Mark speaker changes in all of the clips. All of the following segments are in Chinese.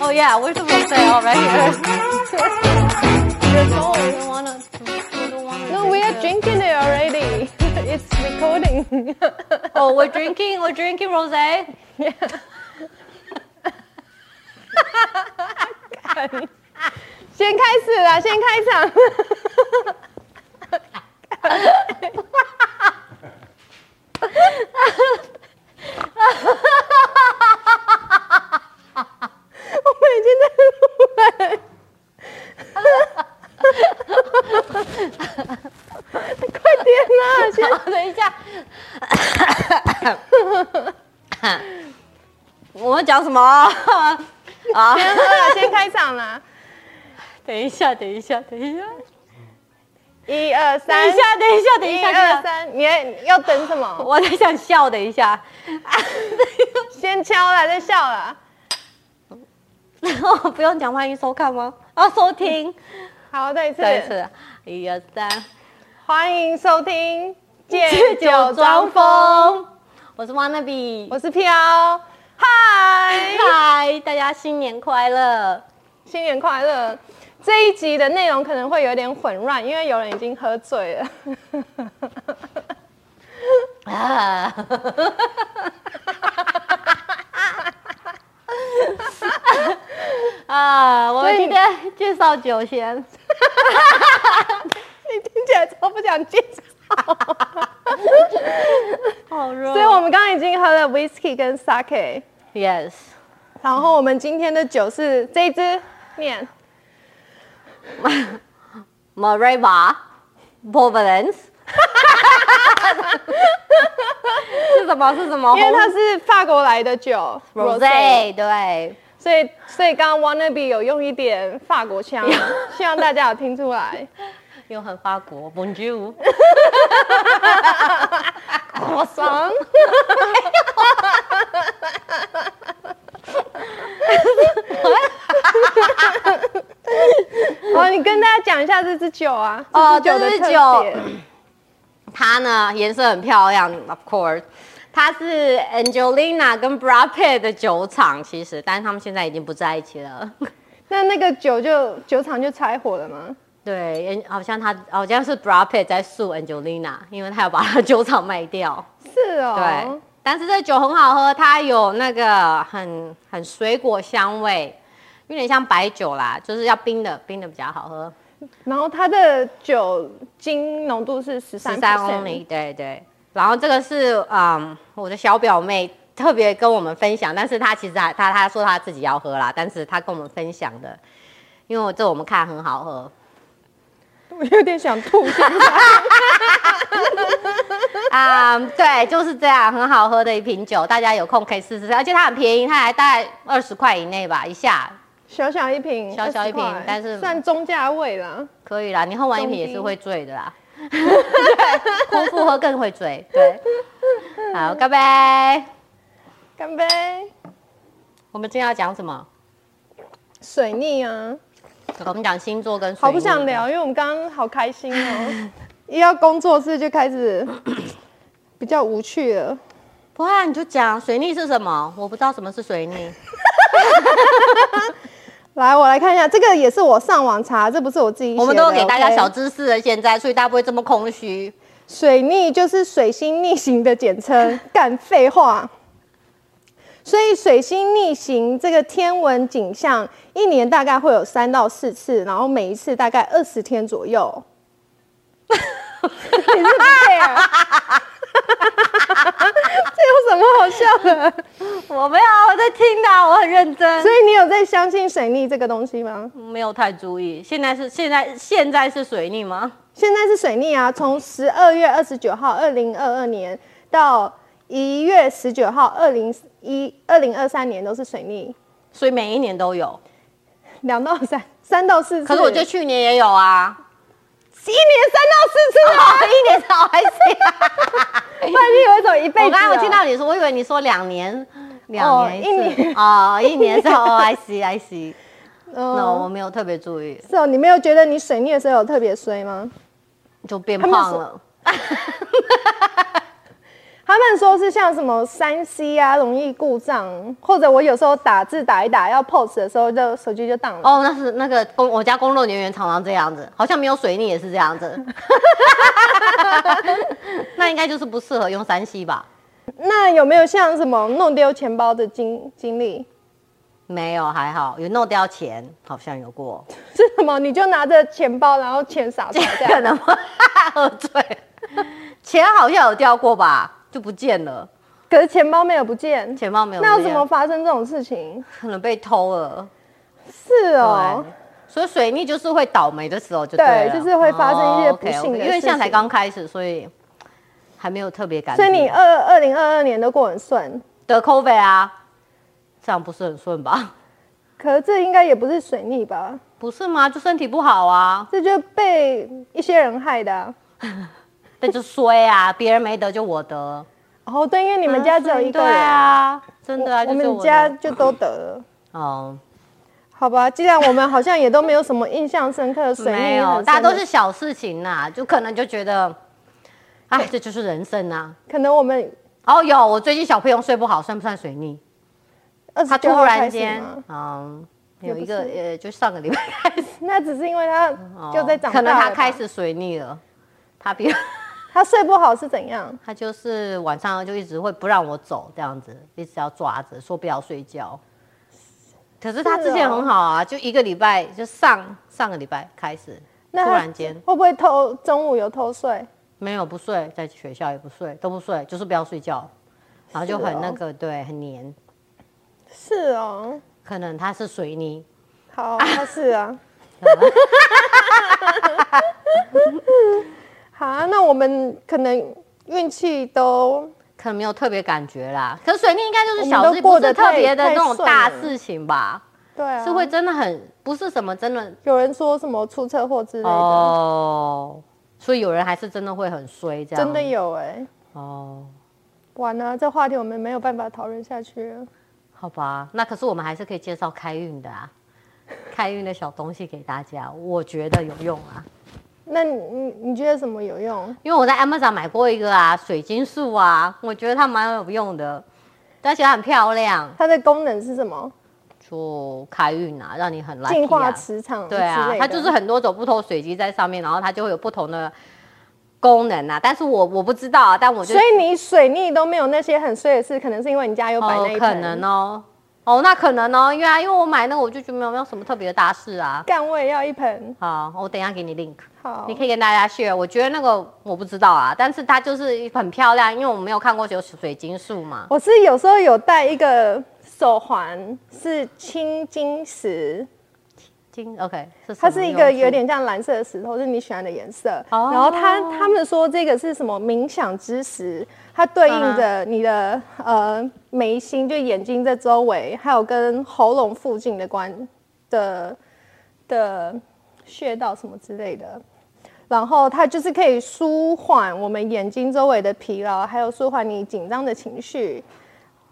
Speaker 1: Oh yeah, we're supposed to say all regular. Your goal, you don't wanna, you don't wanna.
Speaker 2: No, we are drinking it already. it's recording.
Speaker 1: Oh, we're drinking, we're drinking rosé.
Speaker 2: God. 先开始啦，先开场。我们已经在录了，快点啦！先
Speaker 1: 好，等一下。 我们讲什么 啊？
Speaker 2: 先喝啦，先开场啦！
Speaker 1: 等一下，等一下，等一下，
Speaker 2: 一二三，
Speaker 1: 等一下，等一下，等一
Speaker 2: 一
Speaker 1: 下，
Speaker 2: 二三，你要等什么？
Speaker 1: 我在想笑，等一下。
Speaker 2: 先敲啦，再笑啦。
Speaker 1: 然后不用讲欢迎收看吗？啊，收听。
Speaker 2: 好，再一次，
Speaker 1: 再一次，一二三，
Speaker 2: 欢迎收听《借酒装疯》，
Speaker 1: 我是 Wannabe，
Speaker 2: 我是飘，嗨，
Speaker 1: 嗨，大家新年快乐！
Speaker 2: 新年快乐！这一集的内容可能会有点混乱，因为有人已经喝醉了。
Speaker 1: 啊，啊，我们今天介绍酒仙，
Speaker 2: 你听起来超不想介绍，
Speaker 1: 好热
Speaker 2: 所以我们刚刚已经喝了 whisky 跟 sake，
Speaker 1: yes，
Speaker 2: 然后我们今天的酒是这一支念
Speaker 1: Mariva Providence，是什么？是什么？
Speaker 2: 因为它是法国来的酒
Speaker 1: Rose 对，
Speaker 2: 所以所以刚刚 wannabe 有用一点法国腔， 希望大家有听出来。
Speaker 1: 又很法国，Bonjour。
Speaker 2: 我爽。 好，你跟大家讲一下这支酒啊，
Speaker 1: 哦
Speaker 2: 这支酒的特
Speaker 1: 这支
Speaker 2: 点。
Speaker 1: 它呢颜色很漂亮，of course。它是 Angelina 跟 Brad Pitt 的酒厂，其实，但是他们现在已经不在一起了。
Speaker 2: 那那个酒就酒厂就拆伙了吗？
Speaker 1: 对，好像他好像是 Brad Pitt 在诉 Angelina，因为他要把他的酒厂卖掉。
Speaker 2: 是
Speaker 1: 对，
Speaker 2: 哦，
Speaker 1: 但是这酒很好喝，它有那个很很水果香味，有点像白酒啦，就是要冰的，冰的比较好喝。
Speaker 2: 然后它的酒精浓度是十三
Speaker 1: 十三公里，对对。然后这个是嗯，我的小表妹特别跟我们分享，但是她其实还她她说她自己要喝啦，但是她跟我们分享的，因为我这我们看很好 喝
Speaker 2: 我有点想吐。
Speaker 1: 啊、对，就是这样，很好喝的一瓶酒，大家有空可以试试，而且它很便宜，它还大概二十块以内吧，一下
Speaker 2: 小小一瓶，
Speaker 1: 小小一瓶
Speaker 2: 20块
Speaker 1: 但是
Speaker 2: 算中价位啦。
Speaker 1: 可以啦。你喝完一瓶也是
Speaker 2: 中低
Speaker 1: 会醉的啦， 对，空腹喝更会醉，对。好，干杯！
Speaker 2: 干杯！
Speaker 1: 我们今天要讲什么？
Speaker 2: 水逆啊。
Speaker 1: 我们讲星座跟水
Speaker 2: 好不
Speaker 1: 逆啊
Speaker 2: 想
Speaker 1: 的
Speaker 2: 聊，因为我们刚刚好开心 哦、一要工作室就开始 比较无趣了。
Speaker 1: 不然你就讲水逆是什么？我不知道什么是水逆。
Speaker 2: 来，我来看一下，这个也是我上网查，这不是我自己写的。
Speaker 1: 我们都有给大家
Speaker 2: OK
Speaker 1: 小知识了，现在，所以大家不会这么空虚。
Speaker 2: 水逆就是水星逆行的简称，干废话。所以水星逆行这个天文景象，一年大概会有三到四次，然后每一次大概二十天左右。你是不 care？这有什么好笑的？
Speaker 1: 我没有，我在听的，我很认真
Speaker 2: 所以你有在相信水逆这个东西吗？
Speaker 1: 没有太注意。现在是现在现在是水逆吗？
Speaker 2: 现在是水逆啊，从十二月二十九号，二零二二年到一月十九号，二零一二零二三年都是水逆，
Speaker 1: 所以每一年都有。
Speaker 2: 两到三，三到四次。
Speaker 1: 可是我觉得去年也有啊，
Speaker 2: 一年三到四次啊，
Speaker 1: 哦一年少还是？
Speaker 2: 不然就有一种一辈
Speaker 1: 我
Speaker 2: 子
Speaker 1: 刚
Speaker 2: 啊。
Speaker 1: 刚我听到你说，我以为你说两年，两
Speaker 2: 哦
Speaker 1: 年一次哦，一年少。哦，I see I see。No，
Speaker 2: 哦，
Speaker 1: 我没有特别注意，
Speaker 2: 是哦，你没有觉得你水逆的时候有特别衰吗？
Speaker 1: 就变
Speaker 2: 他们
Speaker 1: 胖
Speaker 2: 说
Speaker 1: 了。
Speaker 2: 他们说是像什么三 C 啊，容易故障，或者我有时候打字打一打要 POS 的时候，就手机就荡了。
Speaker 1: 哦，那是那个工，我家工作人员常常这样子，好像没有水逆也是这样子。 那应该就是不适合用三 C 吧？
Speaker 2: 那有没有像什么弄丢钱包的经经历？
Speaker 1: 没有，还好有弄掉钱，好像有过，
Speaker 2: 是什么？你就拿着钱包，然后钱撒出来这
Speaker 1: 可
Speaker 2: 样？
Speaker 1: 能喝醉，钱好像有掉过吧，就不见了，
Speaker 2: 可是钱包没有不见，
Speaker 1: 钱包没有。
Speaker 2: 那要怎么？发生这种事情？
Speaker 1: 可能被偷了。
Speaker 2: 是哦，
Speaker 1: 对，所以水逆就是会倒霉的时候就了哦
Speaker 2: 对就是会发生一些不幸
Speaker 1: OK，OK，
Speaker 2: 的事情
Speaker 1: 因为现在才刚开始，所以还没有特别感觉。
Speaker 2: 所以你二二零二二年都过很顺，
Speaker 1: 得 COVID 啊，这样不是很顺吧？
Speaker 2: 可是这应该也不是水逆吧？
Speaker 1: 不是吗？就身体不好啊，
Speaker 2: 这就被一些人害的、啊。
Speaker 1: 那就衰 啊，别人没得就我得，
Speaker 2: 哦，对，因为你们家只有一个人，
Speaker 1: 对啊，真的啊，
Speaker 2: 我
Speaker 1: 就
Speaker 2: 我
Speaker 1: 是
Speaker 2: 们
Speaker 1: 我
Speaker 2: 家
Speaker 1: 得
Speaker 2: 就都得了。
Speaker 1: 哦，
Speaker 2: 好吧，既然我们好像也都没有什么印象深刻的水
Speaker 1: 没
Speaker 2: 逆
Speaker 1: 有，
Speaker 2: 很深的，
Speaker 1: 大家都是小事情呐、就可能就觉得，哎，这就是人生啊。
Speaker 2: 可能我们
Speaker 1: 哦，有，我最近小朋友睡不好，算不算水逆？
Speaker 2: 二十
Speaker 1: 他
Speaker 2: 九
Speaker 1: 突
Speaker 2: 号
Speaker 1: 然
Speaker 2: 开始
Speaker 1: 间
Speaker 2: 吗，
Speaker 1: 嗯，
Speaker 2: 也
Speaker 1: 有
Speaker 2: 不
Speaker 1: 一个
Speaker 2: 是
Speaker 1: 呃，就上个礼拜开 始，
Speaker 2: 那只是因为他就在长大
Speaker 1: 可能
Speaker 2: 了
Speaker 1: 他
Speaker 2: 吧
Speaker 1: 开始水逆了，他比
Speaker 2: 他睡不好是怎样？
Speaker 1: 他就是晚上就一直会不让我走，这样子一直要抓着，说不要睡觉。可是他
Speaker 2: 是
Speaker 1: 之前
Speaker 2: 哦
Speaker 1: 很好啊，就一个礼拜，就上上个礼拜开始，突
Speaker 2: 那他
Speaker 1: 然间
Speaker 2: 会不会偷中午有偷睡？
Speaker 1: 没有不睡，在学校也不睡，都不睡，就是不要睡觉，然后就是很那
Speaker 2: 哦
Speaker 1: 个，对，很黏。
Speaker 2: 是哦，
Speaker 1: 可能他是水泥，
Speaker 2: 好，他是 啊。好，啊那我们可能运气都
Speaker 1: 可能没有特别感觉啦。可是水逆应该就
Speaker 2: 我
Speaker 1: 是
Speaker 2: 们
Speaker 1: 小
Speaker 2: 都
Speaker 1: 事，不
Speaker 2: 过
Speaker 1: 是
Speaker 2: 得
Speaker 1: 特
Speaker 2: 太
Speaker 1: 别的
Speaker 2: 太
Speaker 1: 那种
Speaker 2: 顺
Speaker 1: 大
Speaker 2: 了
Speaker 1: 事情吧？
Speaker 2: 对啊，
Speaker 1: 是会真的很不是什么真的
Speaker 2: 有人说什么出车祸之类的，
Speaker 1: 哦，所以有人还是真的会很衰这样。
Speaker 2: 真的有哎、
Speaker 1: 哦，
Speaker 2: 完了，啊这话题我们没有办法讨论下去了。
Speaker 1: 好吧，那可是我们还是可以介绍开运的 啊，开运的小东西给大家，我觉得有用啊。
Speaker 2: 那你你你觉得什么有用？
Speaker 1: 因为我在 Amazon 买过一个啊，水晶树啊，我觉得它蛮有用的，而且它很漂亮，
Speaker 2: 它的功能是什么？
Speaker 1: 就开运啊，让你很 lucky 啊。
Speaker 2: 净化磁场之
Speaker 1: 对
Speaker 2: 类的。
Speaker 1: 啊，它就是很多种不同水晶在上面，然后它就会有不同的功能啊。但是我我不知道啊，但我就
Speaker 2: 所以你水逆都没有那些很衰的事，可能是因为你家有摆那
Speaker 1: 哦
Speaker 2: 一、盆。
Speaker 1: 可能哦，哦，那可能哦，因为啊，因为我买那个，我就觉得没有没有什么特别的大事啊。
Speaker 2: 干我也要一盆。
Speaker 1: 好，我等一下给你 link，
Speaker 2: 好，
Speaker 1: 你可以跟大家 share。我觉得那个我不知道啊，但是它就是很漂亮，因为我没有看过有水晶树嘛。
Speaker 2: 我是有时候有戴一个手环，是青金石，
Speaker 1: 金 OK，是什
Speaker 2: 它
Speaker 1: 么
Speaker 2: 是一
Speaker 1: 用
Speaker 2: 个
Speaker 1: 处
Speaker 2: 有点像蓝色的石头，是你喜欢的颜色。
Speaker 1: 哦
Speaker 2: 然后它他们说这个是什么冥想之石，它对应
Speaker 1: 嗯
Speaker 2: 着你的、呃眉心，就眼睛这周围，还有跟喉咙附近的关的的穴道什么之类的。然后它就是可以舒缓我们眼睛周围的疲劳，还有舒缓你紧张的情绪。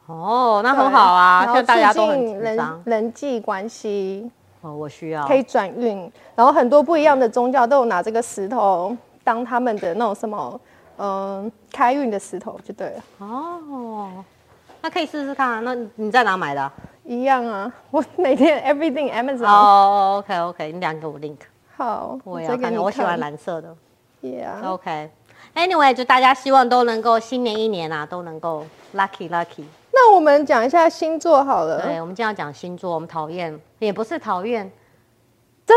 Speaker 1: 哦，那很好啊，
Speaker 2: 对然后
Speaker 1: 像大家都
Speaker 2: 促
Speaker 1: 很
Speaker 2: 进
Speaker 1: 紧
Speaker 2: 人
Speaker 1: 张。
Speaker 2: 人际关系
Speaker 1: 哦，我需要
Speaker 2: 可。以转运，然后很多不一样的宗教都有拿这个石头当他们的那种什么，嗯、开运的石头就对了，
Speaker 1: 哦，那可以试试看啊。那你你在哪买的啊？
Speaker 2: 一样啊。我每天 everything Amazon，、
Speaker 1: 哦，OK OK，你两个我 link，
Speaker 2: 好，
Speaker 1: 我也
Speaker 2: 再
Speaker 1: 要
Speaker 2: 给
Speaker 1: 看
Speaker 2: 你
Speaker 1: 看，我喜欢蓝色的。
Speaker 2: ，Yeah，
Speaker 1: OK。Anyway，就大家希望都能够新年一年啊，都能够 lucky lucky。
Speaker 2: 那我们讲一下星座好了，
Speaker 1: 对，我们今天要讲星座，我们讨厌也不是讨厌，
Speaker 2: 真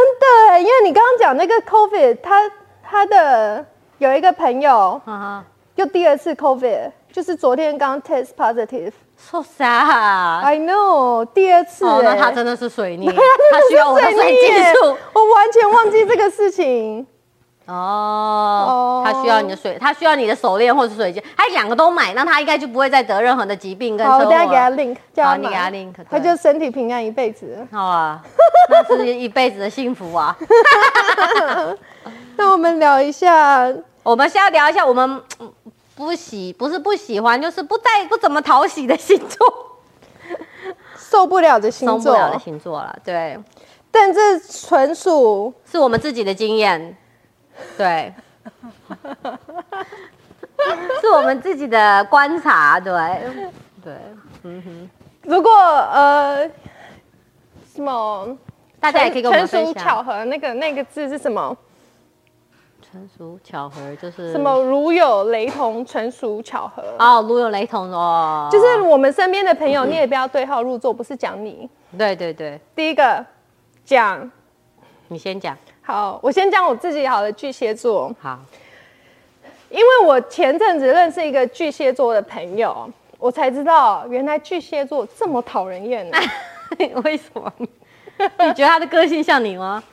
Speaker 2: 的，因为你刚刚讲那个 COVID，他他的有一个朋友
Speaker 1: 哈哈，
Speaker 2: 又第二次 COVID，就是昨天刚 test positive。
Speaker 1: 说啥？
Speaker 2: I know，第二啊次、欸
Speaker 1: 啊哦，那他真的是水 泥，
Speaker 2: 他
Speaker 1: 他需要我的水晶树。
Speaker 2: 我完全忘记这个事情。
Speaker 1: 哦
Speaker 2: 哦，
Speaker 1: 他需要你的水，他需要你的手链或者水晶，他两个都买，那他应该就不会再得任何的疾病跟
Speaker 2: 好，我
Speaker 1: 车祸
Speaker 2: 等下给他
Speaker 1: 了。
Speaker 2: link，叫他
Speaker 1: 你给他
Speaker 2: 买
Speaker 1: link，对
Speaker 2: 他就身体平安一辈子。
Speaker 1: 好啊，那是一辈子的幸福啊。
Speaker 2: 那我们聊一下，
Speaker 1: 我们先要聊一下我们嗯不喜不是不喜欢，就是不在不怎么讨喜的星座，
Speaker 2: 受不了的星
Speaker 1: 受不
Speaker 2: 座，
Speaker 1: 了的星座了。对，
Speaker 2: 但这纯属
Speaker 1: 是我们自己的经验。对，是我们自己的观察，对对，
Speaker 2: 如果呃什么，
Speaker 1: 大家也可以跟我们分
Speaker 2: 纯属巧
Speaker 1: 享。
Speaker 2: 合，那个那个字是什么？
Speaker 1: 纯属巧合就是
Speaker 2: 什么如有雷同，纯属巧合。
Speaker 1: 嗯哦，如有雷同哦，
Speaker 2: 就是我们身边的朋友，你也不要对号入座，不是讲你。
Speaker 1: 对对对，
Speaker 2: 第一个讲
Speaker 1: 你先讲
Speaker 2: 好，我先讲我自己好了，巨蟹座，
Speaker 1: 好，
Speaker 2: 因为我前阵子认识一个巨蟹座的朋友，我才知道原来巨蟹座这么讨人 厌呢。
Speaker 1: 为什么？你觉得他的个性像你吗？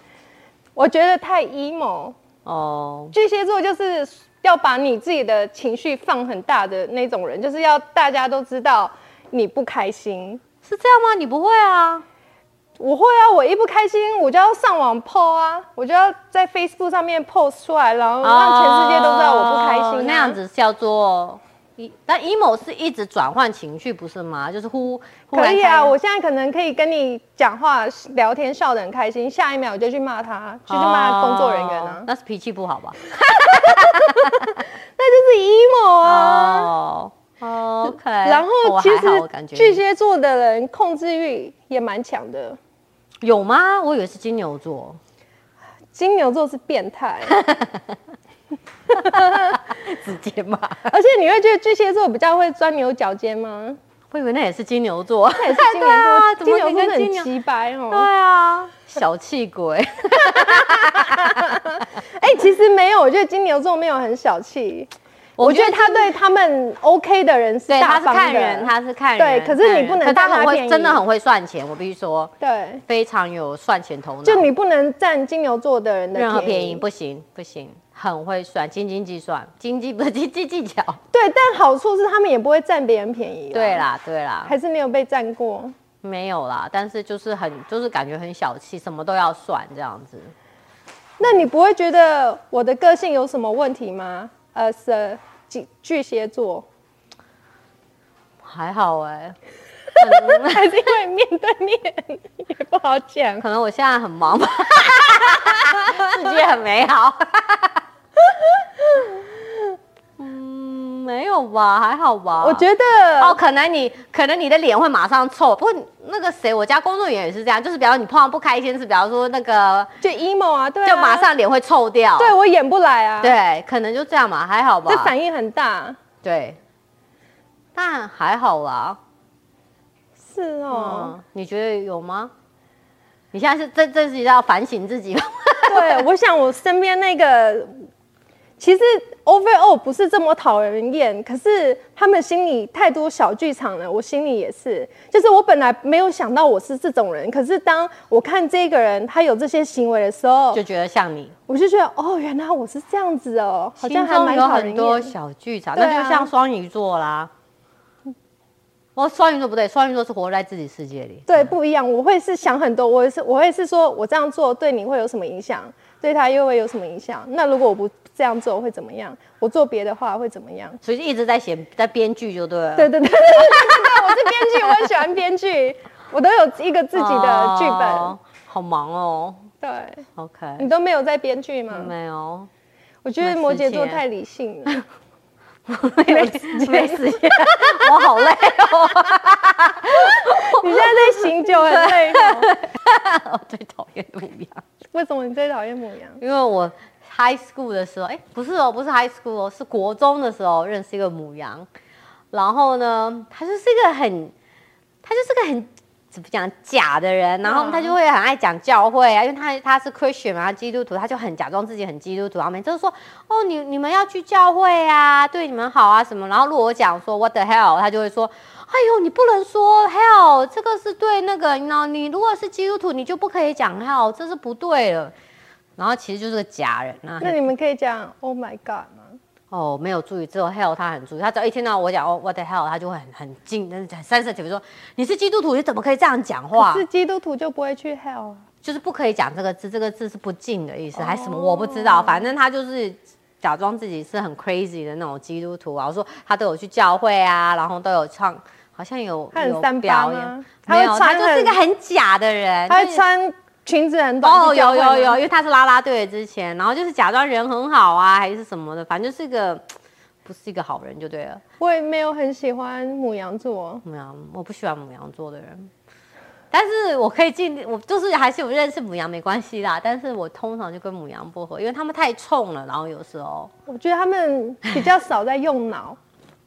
Speaker 2: 我觉得太 emo，
Speaker 1: 哦，
Speaker 2: 巨蟹座就是要把你自己的情绪放很大的那种人，就是要大家都知道你不开心。
Speaker 1: 是这样吗？你不会啊？
Speaker 2: 我会啊，我一不开心，我就要上网 po 啊，我就要在 Facebook 上面 post 出来，然后让全世界都知道我不开心、啊
Speaker 1: 哦那样。子叫做一，但 emo 是一直转换情绪，不是吗？就是忽忽
Speaker 2: 可
Speaker 1: 然
Speaker 2: 以
Speaker 1: 开
Speaker 2: 啊，我现在可能可以跟你讲话、聊天，笑得很开心，下一秒我就去骂他，就去骂工作人员
Speaker 1: 哦
Speaker 2: 啊，
Speaker 1: 那是脾气不好吧？
Speaker 2: 那就是 emo 啊。
Speaker 1: 哦，OK。
Speaker 2: 然后
Speaker 1: 我
Speaker 2: 其
Speaker 1: 还好我感觉
Speaker 2: 实巨蟹座的人控制欲也蛮强的，
Speaker 1: 有吗？我以为是金牛座，
Speaker 2: 金牛座是变态，
Speaker 1: 直接骂。
Speaker 2: 而且你会觉得巨蟹座比较会钻牛角尖 吗？
Speaker 1: 我以为那也是金牛座，
Speaker 2: 那也是 金
Speaker 1: 对啊
Speaker 2: 牛座，
Speaker 1: 怎么
Speaker 2: 金
Speaker 1: 可以
Speaker 2: 牛座
Speaker 1: 跟金
Speaker 2: 很
Speaker 1: 牛
Speaker 2: 鸡掰哦。
Speaker 1: 对啊，小气鬼。
Speaker 2: 哎、其实没有，我觉得金牛座没有很小气， 我觉得他对他们 OK 的人是
Speaker 1: 对，他
Speaker 2: 大
Speaker 1: 是
Speaker 2: 方的，
Speaker 1: 看人，他是看
Speaker 2: 对
Speaker 1: 人。
Speaker 2: 可是你
Speaker 1: 看人
Speaker 2: 不能
Speaker 1: 可他
Speaker 2: 占
Speaker 1: 很
Speaker 2: 他
Speaker 1: 会，
Speaker 2: 便宜
Speaker 1: 真的很会算钱。我必须说，
Speaker 2: 对，
Speaker 1: 非常有算钱头脑。
Speaker 2: 就你不能占金牛座的人的
Speaker 1: 任何便
Speaker 2: 便
Speaker 1: 宜不行不行，很会算，斤斤计算，斤斤不是斤斤计 较。
Speaker 2: 对，但好处是他们也不会占别人便宜，啊
Speaker 1: 对，啊啦对啦，
Speaker 2: 还是没有被占过。
Speaker 1: 没有啦，但是就是很就是感觉很小气，什么都要算这样子。
Speaker 2: 那你不会觉得我的个性有什么问题吗？呃，是巨巨 蟹座，
Speaker 1: 还好哎、
Speaker 2: 还是因为面对面也不好 讲。
Speaker 1: 可能我现在很忙吧， 世界很美 好。嗯，没有吧，还好吧。
Speaker 2: 我觉得
Speaker 1: 哦，可能你可能你的脸会马上臭。不过那个谁，我家工作人员也是这样，就是比方说你碰到不开心事，比方说那个
Speaker 2: 就 emo 啊，对啊，
Speaker 1: 就马上脸会臭掉。
Speaker 2: 对我演不来啊，，
Speaker 1: 对，可能就这样嘛，还好吧。
Speaker 2: 这反应很大。
Speaker 1: 对，但还好啦。
Speaker 2: 是哦，
Speaker 1: 嗯，你觉得有吗？你现在是这这是要反省自己吗？
Speaker 2: 对，我想我身边那个，其实 overall 不是这么讨人厌，可是他们心里太多小剧场了，我心里也是，就是我本来没有想到我是这种人，可是当我看这个人他有这些行为的时候
Speaker 1: 就，觉得像你，
Speaker 2: 我就觉得哦，原来我是这样子哦，好
Speaker 1: 心
Speaker 2: 像还
Speaker 1: 中
Speaker 2: 蛮
Speaker 1: 有
Speaker 2: 讨
Speaker 1: 很
Speaker 2: 人
Speaker 1: 多
Speaker 2: 厌。
Speaker 1: 小剧场，
Speaker 2: 对
Speaker 1: 那就
Speaker 2: 啊
Speaker 1: 像双鱼座啦。哦，双鱼座不对，双鱼座是活在自己世界里。
Speaker 2: 对，不一样。我会是想很多，我是我会是说，我这样做对你会有什么影响，对他又会有什么影响？那如果我不这样做会怎么样？我做别的话会怎么样？
Speaker 1: 所以就一直在写在编剧就对了。
Speaker 2: 对对对对对对对，我是编剧，我很喜欢编剧，我都有一个自己的剧本。
Speaker 1: 哦好忙哦。
Speaker 2: 对
Speaker 1: OK，
Speaker 2: 你都没有在编剧吗？
Speaker 1: 没 有，
Speaker 2: 我觉得摩羯座太理性了，
Speaker 1: 没有，没时间， 我好累哦，
Speaker 2: 你现在在醒酒很累吗？
Speaker 1: 我最讨厌不一样。
Speaker 2: 为什么你最讨厌母羊？
Speaker 1: 因为我 high school 的时候，哎、不是哦，不是 high school 哦，是国中的时候认识一个母羊，然后呢，他就是一个很，他就是个很怎么讲假的人，然后
Speaker 2: 嗯
Speaker 1: 他就会很爱讲教会啊，因为他他是 Christian 嘛，他基督徒，他就很假装自己很基督徒，然后每次都说哦，你你们要去教会啊，对你们好啊什么，然后如果我讲说 What the hell，他就会说。哎呦，你不能说 hell，这个是对那个，你知道，你如果是基督徒，你就不可以讲 hell，这是不对的。然后其实就是个假人啊。
Speaker 2: 那你们可以讲 Oh my God 吗？
Speaker 1: 哦，没有注意，只有 hell 他很注意，他只要一听到我讲哦 what the hell，他就会很很惊，很 sensitive 说你是基督徒，你怎么可以这样讲话
Speaker 2: 可？是基督徒就不会去 Hell 啊。
Speaker 1: 就是不可以讲这个字，这个字是不敬的意
Speaker 2: 哦
Speaker 1: 思，还是什么我不知道，反正他就是。假装自己是很 crazy 的那种基督徒啊，我说他都有去教会啊，然后都有唱，好像有
Speaker 2: 他很
Speaker 1: 有
Speaker 2: 三八
Speaker 1: 表
Speaker 2: 吗
Speaker 1: 演，
Speaker 2: 他
Speaker 1: 没
Speaker 2: 会
Speaker 1: 有，他
Speaker 2: 穿
Speaker 1: 就是一
Speaker 2: 很
Speaker 1: 个很假的人，
Speaker 2: 他
Speaker 1: 就
Speaker 2: 会
Speaker 1: 是
Speaker 2: 穿裙子很短
Speaker 1: 哦，
Speaker 2: 去教
Speaker 1: 有
Speaker 2: 会
Speaker 1: 有
Speaker 2: 吗
Speaker 1: 有，因为他是啦啦队的之前，然后就是假装人很好啊，还是什么的，反正就是个不是一个好人就对了。
Speaker 2: 我也没有很喜欢母羊座，
Speaker 1: 母羊，我不喜欢母羊座的人，但是我可以尽力，我就是还是有认识母羊没关系啦。但是我通常就跟母羊不合，因为他们太冲了，然后有时候
Speaker 2: 我觉得他们比较少在用脑，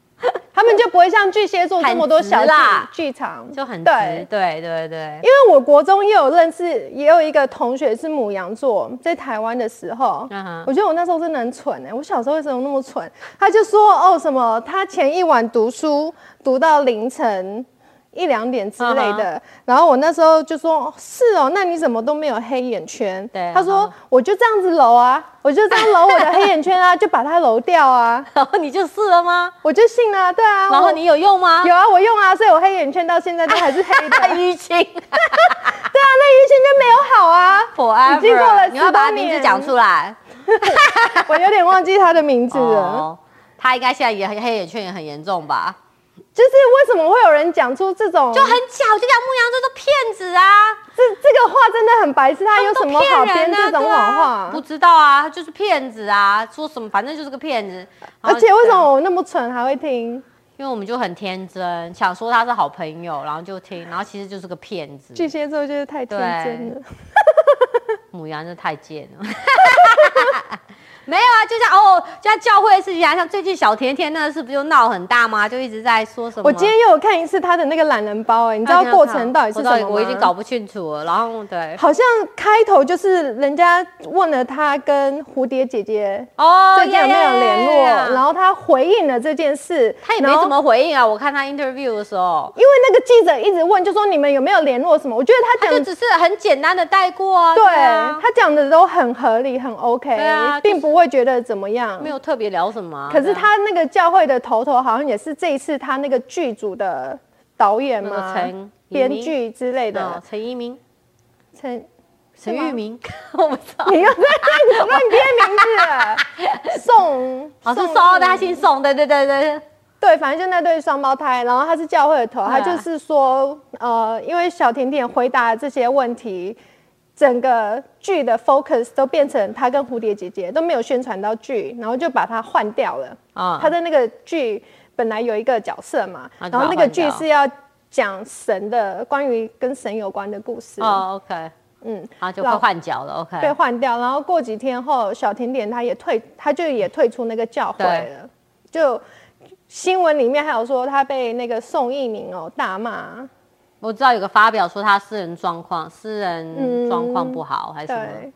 Speaker 2: 他们就不会像巨蟹座这么多小
Speaker 1: 很直啦
Speaker 2: 剧剧场，
Speaker 1: 就很直，
Speaker 2: 对
Speaker 1: 对。对对对
Speaker 2: 因，为我国中也有认识，也有一个同学是母羊座，在台湾的时候，
Speaker 1: 嗯哼
Speaker 2: 我觉得我那时候真的很蠢哎、我小时候为什么那么蠢？他就说哦什么，他前一晚读书读到凌晨一两点之类的
Speaker 1: 嗯
Speaker 2: 然后我那时候就说哦是哦，那你怎么都没有黑眼圈？
Speaker 1: 对嗯
Speaker 2: 他说
Speaker 1: 然后
Speaker 2: 我就这样子揉啊，我就这样揉我的黑眼圈啊， 就把它揉掉啊，
Speaker 1: 然后你就是了吗？
Speaker 2: 我就信了、对啊，
Speaker 1: 然后
Speaker 2: 我
Speaker 1: 你有用吗？
Speaker 2: 有啊，我用啊，所以我黑眼圈到现在都还是黑 的。
Speaker 1: 大淤青
Speaker 2: 对啊，那淤青就没有好啊。
Speaker 1: ，forever，
Speaker 2: 已经过了
Speaker 1: 你要把他
Speaker 2: 18
Speaker 1: 名
Speaker 2: 年
Speaker 1: 字讲出来。
Speaker 2: 我有点忘记他的名字 了。
Speaker 1: 哦，他应该现在也黑眼圈也很严重吧？
Speaker 2: 就是为什么会有人讲出这种，
Speaker 1: 就很巧，就讲牧羊座都骗子啊，
Speaker 2: 这这个话真的很白痴，他有什么
Speaker 1: 都
Speaker 2: 好
Speaker 1: 骗
Speaker 2: 编
Speaker 1: 人啊
Speaker 2: 这种
Speaker 1: 对啊
Speaker 2: 谎话
Speaker 1: 不？知道啊，他就是骗子啊，说什么反正就是个骗子。然后
Speaker 2: 而且为什
Speaker 1: 啊
Speaker 2: 么？我那么蠢还会听？
Speaker 1: 因为我们就很天真，想说他是好朋友，然后就听，然后其实就是个骗子。
Speaker 2: 巨蟹座就是太天
Speaker 1: 嗯
Speaker 2: 真了。
Speaker 1: 母羊真的太贱了。 没有啊，就像哦，就像教会的事情啊，像最近小甜甜那个事不就闹很大吗？就一直在说什么。
Speaker 2: 我今天又有看一次他的那个懒人包，哎，你知道过程到底是什么吗？
Speaker 1: 我已经搞不清楚了。然后对，
Speaker 2: 好像开头就是人家问了他跟蝴蝶姐姐
Speaker 1: 哦，
Speaker 2: 最近有没有联络，
Speaker 1: 呀
Speaker 2: 然后他回应了这件事，
Speaker 1: 他也没
Speaker 2: 然后
Speaker 1: 怎么回应啊。我看他 interview 的时候，
Speaker 2: 因为那个记者一直问，就说你们有没有联络什么？我觉得他
Speaker 1: 他
Speaker 2: 讲
Speaker 1: 就只是很简单的带过啊，
Speaker 2: 对
Speaker 1: 啊，
Speaker 2: 他讲的都很合理，很 OK，、
Speaker 1: 对啊就是
Speaker 2: 并不会觉得怎么样
Speaker 1: 没。有特别聊什么啊。
Speaker 2: 可是
Speaker 1: 对啊
Speaker 2: 他那个教会的头头好像也是这一次他那个剧组的导演
Speaker 1: 那个
Speaker 2: 嘛
Speaker 1: 陈以明、
Speaker 2: 啊编剧之类
Speaker 1: 哦
Speaker 2: 的。
Speaker 1: 陈一鸣、
Speaker 2: 陈，
Speaker 1: 陈
Speaker 2: 吗
Speaker 1: 玉明， 我不知道。
Speaker 2: 你又在乱编名字了，宋，
Speaker 1: 哦，是
Speaker 2: 宋
Speaker 1: 宋，对他姓宋，对对对对，
Speaker 2: 对，反正就那对双胞胎，然后他是教会的头，他
Speaker 1: 对啊
Speaker 2: 就是说，呃，因为小甜甜回答这些问题，整个剧的 focus 都变成他跟蝴蝶姐姐都没有宣传到剧，然后就把它换掉了。
Speaker 1: 啊
Speaker 2: 他，的那个剧本来有一个角色嘛，
Speaker 1: 然后就把
Speaker 2: 然
Speaker 1: 它
Speaker 2: 后那个剧
Speaker 1: 换掉
Speaker 2: 是要讲神的，关于跟神有关的故事，
Speaker 1: 哦，OK，
Speaker 2: 嗯，
Speaker 1: 然后就会换脚了，OK，
Speaker 2: 被换掉。然后过几天后，小甜甜她也退，她就也退出那个教会了。就新闻里面还有说，她被那个宋一宁哦大骂，
Speaker 1: 我知道有个发表说他私人状况，私人
Speaker 2: 嗯
Speaker 1: 状况不好还是什么
Speaker 2: 对，，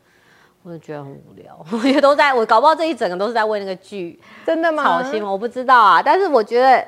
Speaker 1: 我就觉得很无聊， 我觉得都在，我搞不好这一整个都是在为那个剧
Speaker 2: 真的吗？
Speaker 1: 炒新闻，我不知道啊，但是我觉得。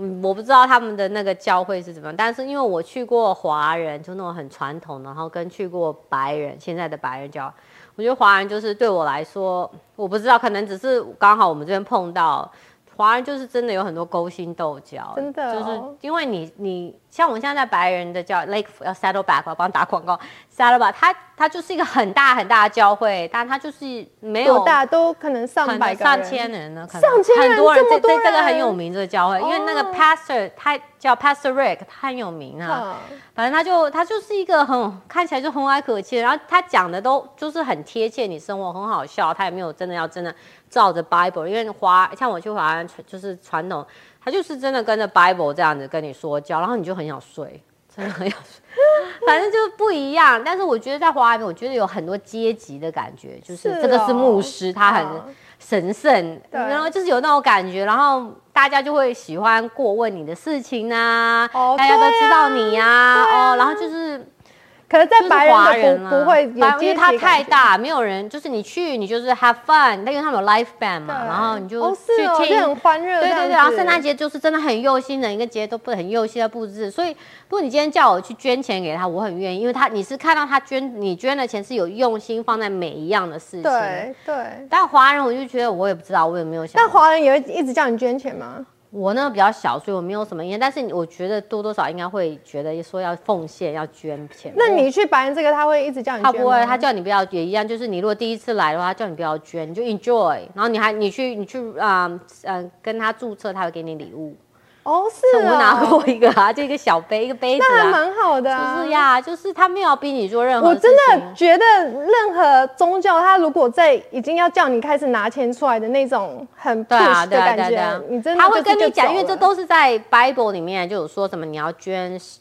Speaker 1: 嗯，我不知道他们的那个教会是怎么样，但是因为我去过华人，就那种很传统，然后跟去过白人，现在的白人教，我觉得华人就是对我来说，我不知道，可能只是刚好我们这边碰到华人，就是真的有很多勾心斗角，
Speaker 2: 真的哦
Speaker 1: 就是因为你你像我们现在在白人的教 Lake 要 Saddleback，我帮他打广告，Saddleback，它它就是一个很大很大的教会，但它就是没有
Speaker 2: 多大都可能上
Speaker 1: 可
Speaker 2: 百
Speaker 1: 能
Speaker 2: 个
Speaker 1: 上
Speaker 2: 人
Speaker 1: 千人呢，可能
Speaker 2: 上千人
Speaker 1: 很多人，
Speaker 2: 这
Speaker 1: 这
Speaker 2: 么多
Speaker 1: 这这个很
Speaker 2: 人
Speaker 1: 有名这个教会，因为那个
Speaker 2: 哦
Speaker 1: pastor 他叫 pastor Rick，他很有名啊。
Speaker 2: 啊，
Speaker 1: 反正他就他就是一个很看起来就和蔼可亲，然后他讲的都就是很贴切你生活，很好笑，他也没有真的要真的照着 Bible，因为华像我去华安就是传统，他就是真的跟着 Bible 这样子跟你说教，然后你就很想睡，真的很想睡。反正就是不一样，但是我觉得在华安，我觉得有很多阶级的感觉，就是
Speaker 2: 是
Speaker 1: 这个是
Speaker 2: 哦
Speaker 1: 牧师，他很。
Speaker 2: 啊
Speaker 1: 神圣，
Speaker 2: 对
Speaker 1: 然后就是有那种感觉，然后大家就会喜欢过问你的事情啊，
Speaker 2: 哦
Speaker 1: 大家都
Speaker 2: 对啊
Speaker 1: 知道你呀、
Speaker 2: 对啊
Speaker 1: 哦，然后就是
Speaker 2: 可是，在
Speaker 1: 就是
Speaker 2: 白
Speaker 1: 华
Speaker 2: 人
Speaker 1: 人
Speaker 2: 的
Speaker 1: 啊
Speaker 2: 不不会
Speaker 1: 白
Speaker 2: 有
Speaker 1: 人因为
Speaker 2: 阶
Speaker 1: 它
Speaker 2: 级
Speaker 1: 太
Speaker 2: 感。
Speaker 1: 大，没有人，就是你去你就是 have fun，但因为他们有 l i f e band 嘛，
Speaker 2: 对
Speaker 1: 然后你就
Speaker 2: 哦
Speaker 1: 去
Speaker 2: 是哦，就
Speaker 1: 听。
Speaker 2: 很欢乐这
Speaker 1: 对
Speaker 2: 样子，
Speaker 1: 对对，然后圣诞节就是真的很用心，整个节都不很用心的布置。所以，如果你今天叫我去捐钱给他，我很愿意，因为他你是看到他捐你捐的钱是有用心放在每一样的事情。
Speaker 2: 对对。
Speaker 1: 但华人我就觉得我也不知道，我也没有想
Speaker 2: 那。华人也会一直叫你捐钱吗？
Speaker 1: 我那个比较小，所以我没有什么意见。但是我觉得多多少应该会觉得说要奉献、要捐钱。
Speaker 2: 那你去白人这个，他会一直叫你
Speaker 1: 他
Speaker 2: 捐
Speaker 1: 不会，
Speaker 2: 吗
Speaker 1: 他叫你不要也一样，就是你如果第一次来的话，他叫你不要捐，你就 enjoy。然后你还你去你去啊嗯、呃跟他注册，他会给你礼物。
Speaker 2: 哦，是
Speaker 1: 我拿
Speaker 2: 哦，
Speaker 1: 过一个啊，就一个小杯，一个杯子
Speaker 2: 那还
Speaker 1: 啊，
Speaker 2: 蛮好的、啊。
Speaker 1: 就是呀，就是他没有逼你做任何
Speaker 2: 我
Speaker 1: 事
Speaker 2: 真
Speaker 1: 情。
Speaker 2: 的觉得任何宗教，他如果在已经要叫你开始拿钱出来的那种很
Speaker 1: 对啊，
Speaker 2: push
Speaker 1: 对
Speaker 2: 的
Speaker 1: 啊，
Speaker 2: 感
Speaker 1: 对啊，
Speaker 2: 觉，
Speaker 1: 对啊
Speaker 2: 你真的
Speaker 1: 他会
Speaker 2: 就是
Speaker 1: 跟你
Speaker 2: 就
Speaker 1: 讲，
Speaker 2: 走
Speaker 1: 因为
Speaker 2: 了
Speaker 1: 这都是在 Bible 里面就有说什么你要捐十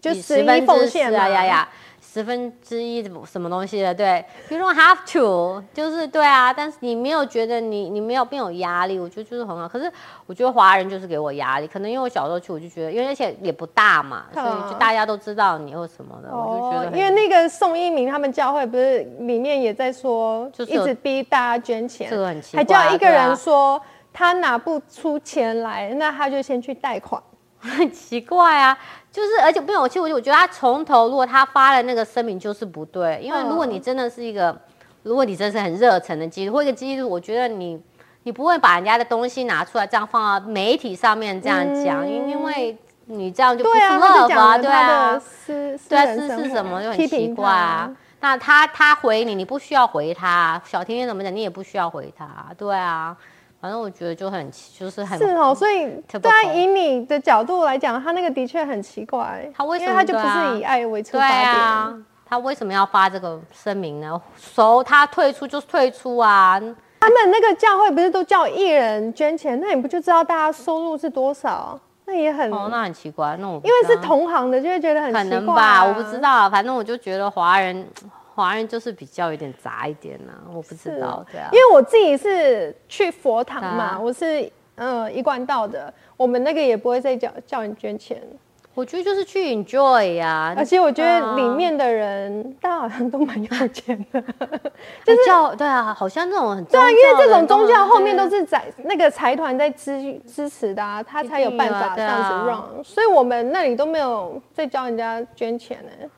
Speaker 2: 就
Speaker 1: 以
Speaker 2: 十
Speaker 1: 十
Speaker 2: 一
Speaker 1: 分
Speaker 2: 奉
Speaker 1: 之十
Speaker 2: 献嘛
Speaker 1: 啊呀呀，十分之一怎么什么东西的，对，you don't have to，就是对啊，但是你没有觉得你你没有变有压力，我觉得就是很好。可是我觉得华人就是给我压力，可能因为我小时候去我就觉得，因为而且也不大嘛，所以就大家都知道你或什么的，我就觉得
Speaker 2: 哦，
Speaker 1: 很
Speaker 2: 因为那个宋一鸣他们教会不是里面也在说，
Speaker 1: 就是
Speaker 2: 一
Speaker 1: 有
Speaker 2: 直逼大家捐钱，
Speaker 1: 这个很奇怪
Speaker 2: 还
Speaker 1: 啊
Speaker 2: 叫一个
Speaker 1: 对啊
Speaker 2: 人说、他拿不出钱来，那他就先去贷款。
Speaker 1: 很奇怪啊，就是而且没有，其实我就我觉得他从头，如果他发了那个声明就是不对，因为如果
Speaker 2: 嗯
Speaker 1: 你真的是一个，如果你真是很热忱的基督或一个基督徒，我觉得你你不会把人家的东西拿出来这样放到媒体上面这样讲，因、因为你这样就不
Speaker 2: 嗯对啊，
Speaker 1: 是
Speaker 2: 他
Speaker 1: love
Speaker 2: 就讲了
Speaker 1: 对
Speaker 2: 他的
Speaker 1: 啊，
Speaker 2: 私、私
Speaker 1: 对啊，
Speaker 2: 人
Speaker 1: 是
Speaker 2: 生活
Speaker 1: 是什么就
Speaker 2: 批
Speaker 1: 很奇
Speaker 2: 评
Speaker 1: 怪啊
Speaker 2: 他。
Speaker 1: 那他他回你，你不需要回他。啊小甜甜怎么讲，你也不需要回他。对啊，反正我觉得就很奇就是很
Speaker 2: 是哦，所以
Speaker 1: Typical
Speaker 2: 对啊，以你的角度来讲，他那个的确很奇怪。
Speaker 1: 他为什
Speaker 2: 因为
Speaker 1: 么
Speaker 2: 他就不
Speaker 1: 对啊
Speaker 2: 是以爱为出
Speaker 1: 对
Speaker 2: 发点？
Speaker 1: 啊，他为什么要发这个声明呢？熟他退出就退出啊，
Speaker 2: 他们那个教会不是都叫艺人捐钱？那你不就知道大家收入是多少？那也很，
Speaker 1: 哦，那很奇怪，那我不
Speaker 2: 因为
Speaker 1: 知
Speaker 2: 是
Speaker 1: 道
Speaker 2: 同行的，就会觉得很
Speaker 1: 可
Speaker 2: 奇
Speaker 1: 能
Speaker 2: 怪
Speaker 1: 吧，
Speaker 2: 啊
Speaker 1: 我不知。道啊，反正我就觉得华人，华人就是比较有点杂一点呢、我不知道，对啊
Speaker 2: 因，为我自己是去佛堂嘛，
Speaker 1: 啊
Speaker 2: 我是嗯一贯道的，我们那个也不会再叫叫你捐钱，
Speaker 1: 我觉得就是去 enjoy 啊，
Speaker 2: 而且我觉得
Speaker 1: 啊
Speaker 2: 里面的人，大家好像都蛮有钱 的。
Speaker 1: 哎教对啊，好像那种很
Speaker 2: 对啊，因为这种宗教后面
Speaker 1: 是。
Speaker 2: 都是在那个财团在支支持的啊，他才有办法
Speaker 1: 一定的
Speaker 2: 这
Speaker 1: 对
Speaker 2: 样
Speaker 1: 啊
Speaker 2: 子 run，、所以我们那里都没有再教人家捐钱欸呢、